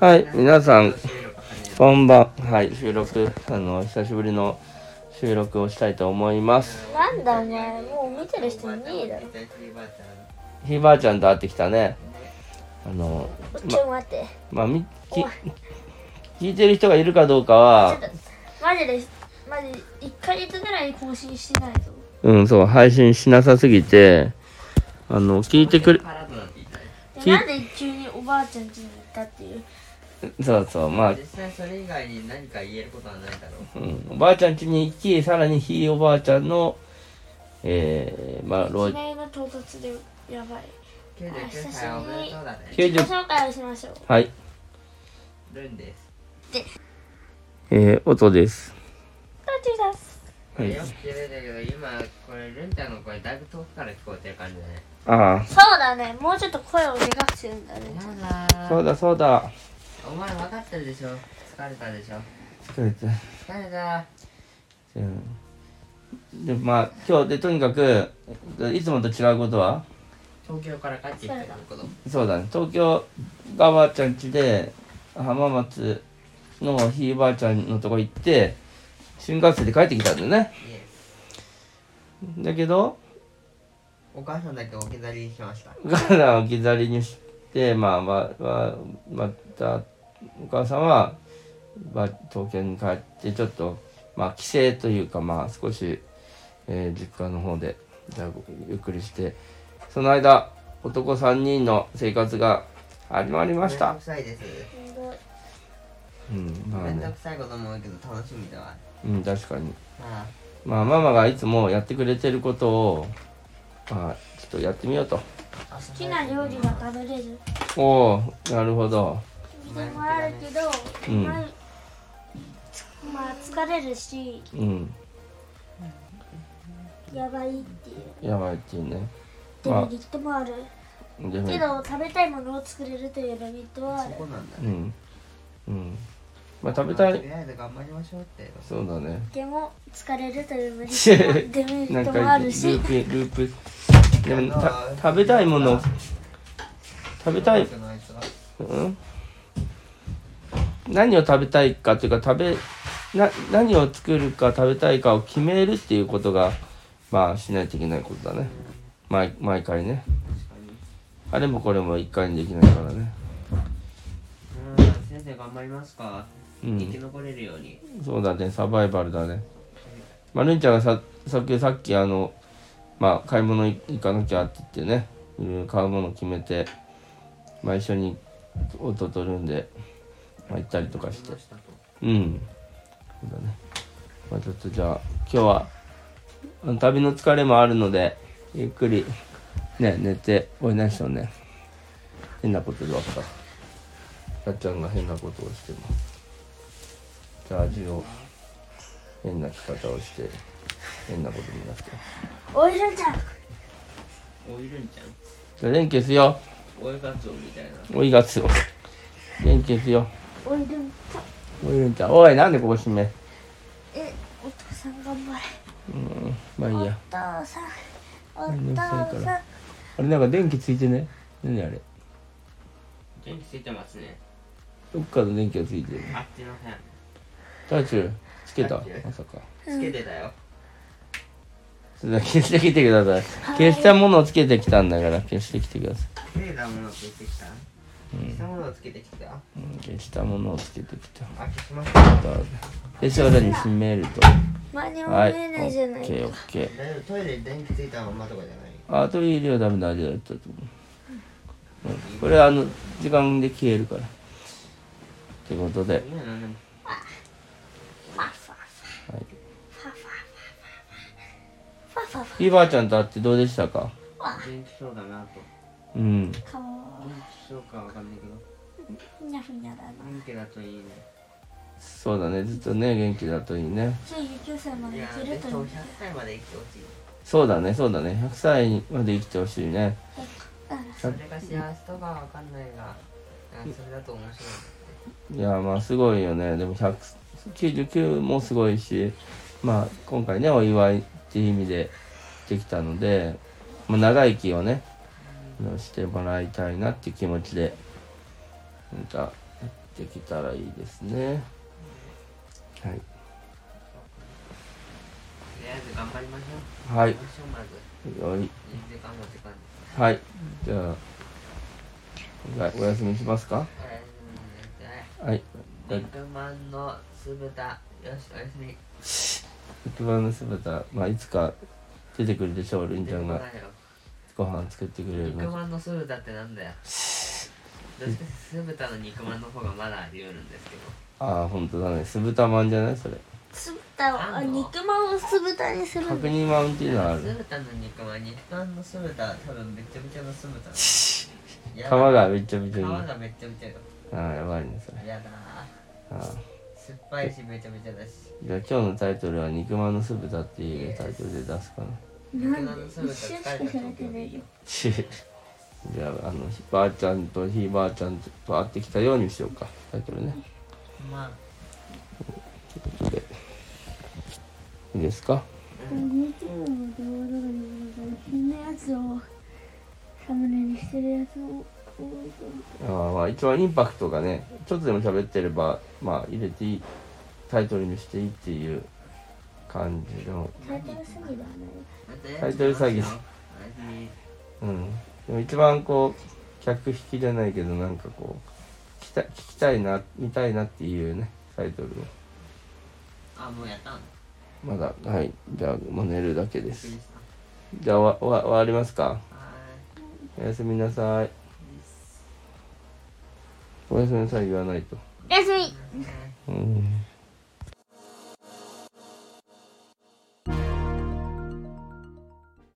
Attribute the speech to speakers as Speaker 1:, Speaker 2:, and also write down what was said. Speaker 1: はい、皆さん、こんばん。はい、収録、あの、久しぶりの収録をしたいと思います。
Speaker 2: なんだお前もう見てる人いねえだろ
Speaker 1: ひいばあちゃんと会ってきたね。あの、
Speaker 2: ちょっと待って
Speaker 1: まあ、み、き、聞いてる人がいるかどうかは、
Speaker 2: マジでマジ1ヶ月ぐらい更新してないぞ
Speaker 1: うん、そう、配信しなさすぎて、あの、聞いてくれ、き
Speaker 2: でなんで急におばあちゃん家に行ったっていう
Speaker 1: そうそう、まあ、
Speaker 3: 実際それ以外に何か言えることはないだろう
Speaker 1: うん、おばあちゃん家に行き、さらにひいおばあちゃんの、えー、まあ、老
Speaker 2: 記念の唐突でやばい
Speaker 3: 99歳はおめでとうだね
Speaker 2: 自己
Speaker 1: 90、
Speaker 2: 紹介をしましょう
Speaker 1: はい、
Speaker 3: ルンです
Speaker 1: えー、音です。
Speaker 2: タッチューです
Speaker 3: これよく聞いてるけど今これルンちゃんの声だいぶ遠くから聞こえてる感じだね
Speaker 1: あ
Speaker 2: そうだねもうちょっと声をでかくするんだね
Speaker 1: あ、
Speaker 3: やだ
Speaker 1: そうだそうだ。
Speaker 3: お前分かってるでしょ疲れたでしょ
Speaker 1: 疲れた。
Speaker 3: 疲れた
Speaker 1: うんでまあ今日でとにかくえっといつもと違うことは
Speaker 3: 東京から帰ってきてること
Speaker 1: そうだね東京がばあちゃん家で浜松のひいばあちゃんのとこ行って新幹線で帰ってきたんだよね
Speaker 3: イエス
Speaker 1: だけど
Speaker 3: お母さんだけ置き去りにしました
Speaker 1: ガーナを置き去りにしてまあまあまあまたお母さんは、まあ、東京に帰ってちょっとまあ帰省というかまあ少し、えー実家の方でだいぶゆっくりしてその間男3人の生活が始まりまし
Speaker 3: めん
Speaker 1: た
Speaker 3: どく、さいです
Speaker 2: すごい
Speaker 1: うんまあ
Speaker 3: めんど
Speaker 1: ね
Speaker 3: くさいことも多いけど楽しみではある
Speaker 1: うん、確かに
Speaker 3: まあ
Speaker 1: まあママがいつもやってくれてることをまあちょっとやってみようと
Speaker 3: 好
Speaker 2: 好きな料理が食べれる
Speaker 1: おおなるほど
Speaker 2: でもあるけど、
Speaker 1: うん
Speaker 2: まあつまあ疲れるし
Speaker 1: うん
Speaker 2: やばいっていう
Speaker 1: やばいっていうね
Speaker 2: デメリットもある
Speaker 1: でも
Speaker 2: けど食べたいものを作れるというメリットはあ
Speaker 3: そ
Speaker 2: る
Speaker 3: こなんだ
Speaker 1: う
Speaker 3: ね
Speaker 1: ん。うん。まあ食べた
Speaker 3: まあと
Speaker 1: い。
Speaker 3: りあえず頑張りましょうって
Speaker 1: そうだね。
Speaker 2: でも疲れるというメリットもデメリ
Speaker 1: なん
Speaker 2: ッ
Speaker 1: か
Speaker 2: ト
Speaker 1: ル
Speaker 2: もあるし
Speaker 1: ー
Speaker 2: う
Speaker 1: プ、ループ。でもた
Speaker 3: あのー
Speaker 1: 食べたいもの。食べたい。
Speaker 3: のあいつは
Speaker 1: うん。何を食べたいかというか食べな何を作るか食べたいかを決めるっていうことがまあしないといけないことだね。毎毎回ね。
Speaker 3: 確かに
Speaker 1: あれもこれも一回にできないからね。
Speaker 3: うん先生頑張りますか、
Speaker 1: う
Speaker 3: 生き
Speaker 1: ん。
Speaker 3: 残れるように
Speaker 1: そうだね。サバイバルだね。まあ、るんちゃんがささっきさっきあの、まあ、買い物行かなきゃって言ってねいろいろ買うもの決めて、まあ、一緒に音取るんで、まあ、行ったりとかして
Speaker 3: 頑張りましたと
Speaker 1: うんそうだね、まあ、ちょっとじゃあ今日はあの旅の疲れもあるのでゆっくりね寝ておいないしょね変なことで終わったたっちゃんが変なことをしてますジャージを変な着方をして変なことになって
Speaker 2: おいるんちゃん
Speaker 3: おいるんちゃ
Speaker 1: じゃあ連携すよ
Speaker 3: んおいかつおみたいな
Speaker 1: 追いがつを連携すよ
Speaker 2: おいるんちゃん
Speaker 1: おいるんちゃんおいなんでここ閉め
Speaker 2: えお父さん頑張れ
Speaker 1: うんまあいいや
Speaker 2: お父さんお
Speaker 1: めんどくさい
Speaker 2: 父
Speaker 1: か
Speaker 2: さん
Speaker 1: らあれなんか電気ついてね何あれ
Speaker 3: 電気ついてますね
Speaker 1: どっかの電気がついてる。
Speaker 3: あっちの辺
Speaker 1: 大中、つけた
Speaker 3: タッチ
Speaker 1: まさか。
Speaker 3: つけてたよ、
Speaker 1: それ消してきてください。消したものをつけてきたんだから、消してきてください。
Speaker 3: つけてたものをつけてきた消したものをつけてきたあ
Speaker 1: うん、消したものをつけてきた。
Speaker 3: 消しました大
Speaker 1: で、将来に閉めると。
Speaker 2: 何も見
Speaker 1: はい。オ
Speaker 2: えないじゃな
Speaker 1: ッ
Speaker 2: い
Speaker 1: ケー、オッケー。
Speaker 3: 丈夫トイレに電気ついたままとかじゃない
Speaker 1: あ、トイレはダメだ、あれだったと思う。うん、これはあの、時間で消えるから。ということで、はい。
Speaker 3: いやなんでも
Speaker 2: ファファファファファファファフ
Speaker 1: ひいばあちゃんと会ってどうでしたか
Speaker 3: 電気そうだなと
Speaker 1: うん。
Speaker 2: ァかわ
Speaker 3: 電気そうかわかんないけど
Speaker 2: いいふにゃふにゃだな
Speaker 3: 電気だといいね
Speaker 1: そうだね、ずっとね、元気だといいね。
Speaker 2: 99歳ま
Speaker 3: い
Speaker 2: で
Speaker 3: や
Speaker 2: 生き
Speaker 3: で
Speaker 2: るとい
Speaker 3: も
Speaker 2: う
Speaker 3: 100歳まで生きてほしい
Speaker 1: そうだね、そうだね。100歳まで生きてほしいね。
Speaker 2: だから
Speaker 3: それが幸せとかわかんないがなんかそれだと面白い
Speaker 1: いやまあすごいよねでも199もすごいしまあ今回ねお祝いっていう意味でできたので、まあ、長生きをねあのしてもらいたいなっていう気持ちでなんかできたらいいですねはい
Speaker 3: りあえず頑張りましょ
Speaker 1: は
Speaker 3: う。
Speaker 1: い
Speaker 3: 頑
Speaker 1: よ
Speaker 3: 張りましょうまず。
Speaker 1: い
Speaker 3: いい時間の時間です。
Speaker 1: はいじゃあおやお休みしますか
Speaker 3: おやすみなさい。
Speaker 1: はい
Speaker 3: 肉まんの酢豚。よし、おやすみ。
Speaker 1: 一番の姿、まあ、いつか出てくるでしょうりんちゃんが
Speaker 3: だよ。
Speaker 1: ご飯作ってくれる
Speaker 3: 肉
Speaker 1: の
Speaker 3: まんの酢豚ってなんだよ。どっちかっていうと酢豚の肉まんの方がまだあり得るんですけど。
Speaker 1: ああ本当だね酢豚まんじゃないそれ
Speaker 2: 酢豚をあ肉まんを酢豚にするん
Speaker 1: 角
Speaker 2: だ
Speaker 1: 煮まんっていうのはあ
Speaker 3: 酢
Speaker 1: る
Speaker 3: 豚の肉まん、肉まんの酢豚は多分めちゃめちゃの酢豚だ。
Speaker 1: 皮
Speaker 3: やだ
Speaker 1: がめちゃめちゃいい
Speaker 3: 皮
Speaker 1: あ
Speaker 3: がめちゃめちゃよ。
Speaker 1: あやばいねそれ
Speaker 3: やだ
Speaker 1: ああ
Speaker 3: 酸っぱいしめちゃめちゃだし。
Speaker 1: じゃあ今日のタイトルは「肉まんの酢豚」っていうタイトルで出すかな
Speaker 2: なんで一瞬しかされてないよ
Speaker 1: じゃああのばあちゃんとひいばあちゃんと会ってきたようにしようかタイトルね
Speaker 3: まあ、
Speaker 1: ということでいいですか
Speaker 2: YouTube の動画とかでもなんか変なやつをサムネにしてるやつを多いと思う
Speaker 1: ああまあ一番インパクトがねちょっとでも喋ってればまあ入れていいタイトルにしていいっていう感じの
Speaker 2: タイトル詐欺ではない
Speaker 1: タイトル詐欺
Speaker 3: おやすみ
Speaker 1: うんでも一番こう客引きじゃないけどなんかこう聞きた聞きたいな見たいなっていうねタイトルを
Speaker 3: あ、もうやったの
Speaker 1: まだはいじゃあもう寝るだけ
Speaker 3: び
Speaker 1: で
Speaker 3: っく
Speaker 1: す
Speaker 3: りした。
Speaker 1: じゃあわわ終わりますか
Speaker 3: はい。
Speaker 1: おやすみなさいおやすみなさい言わないと
Speaker 2: おやすみ
Speaker 1: うん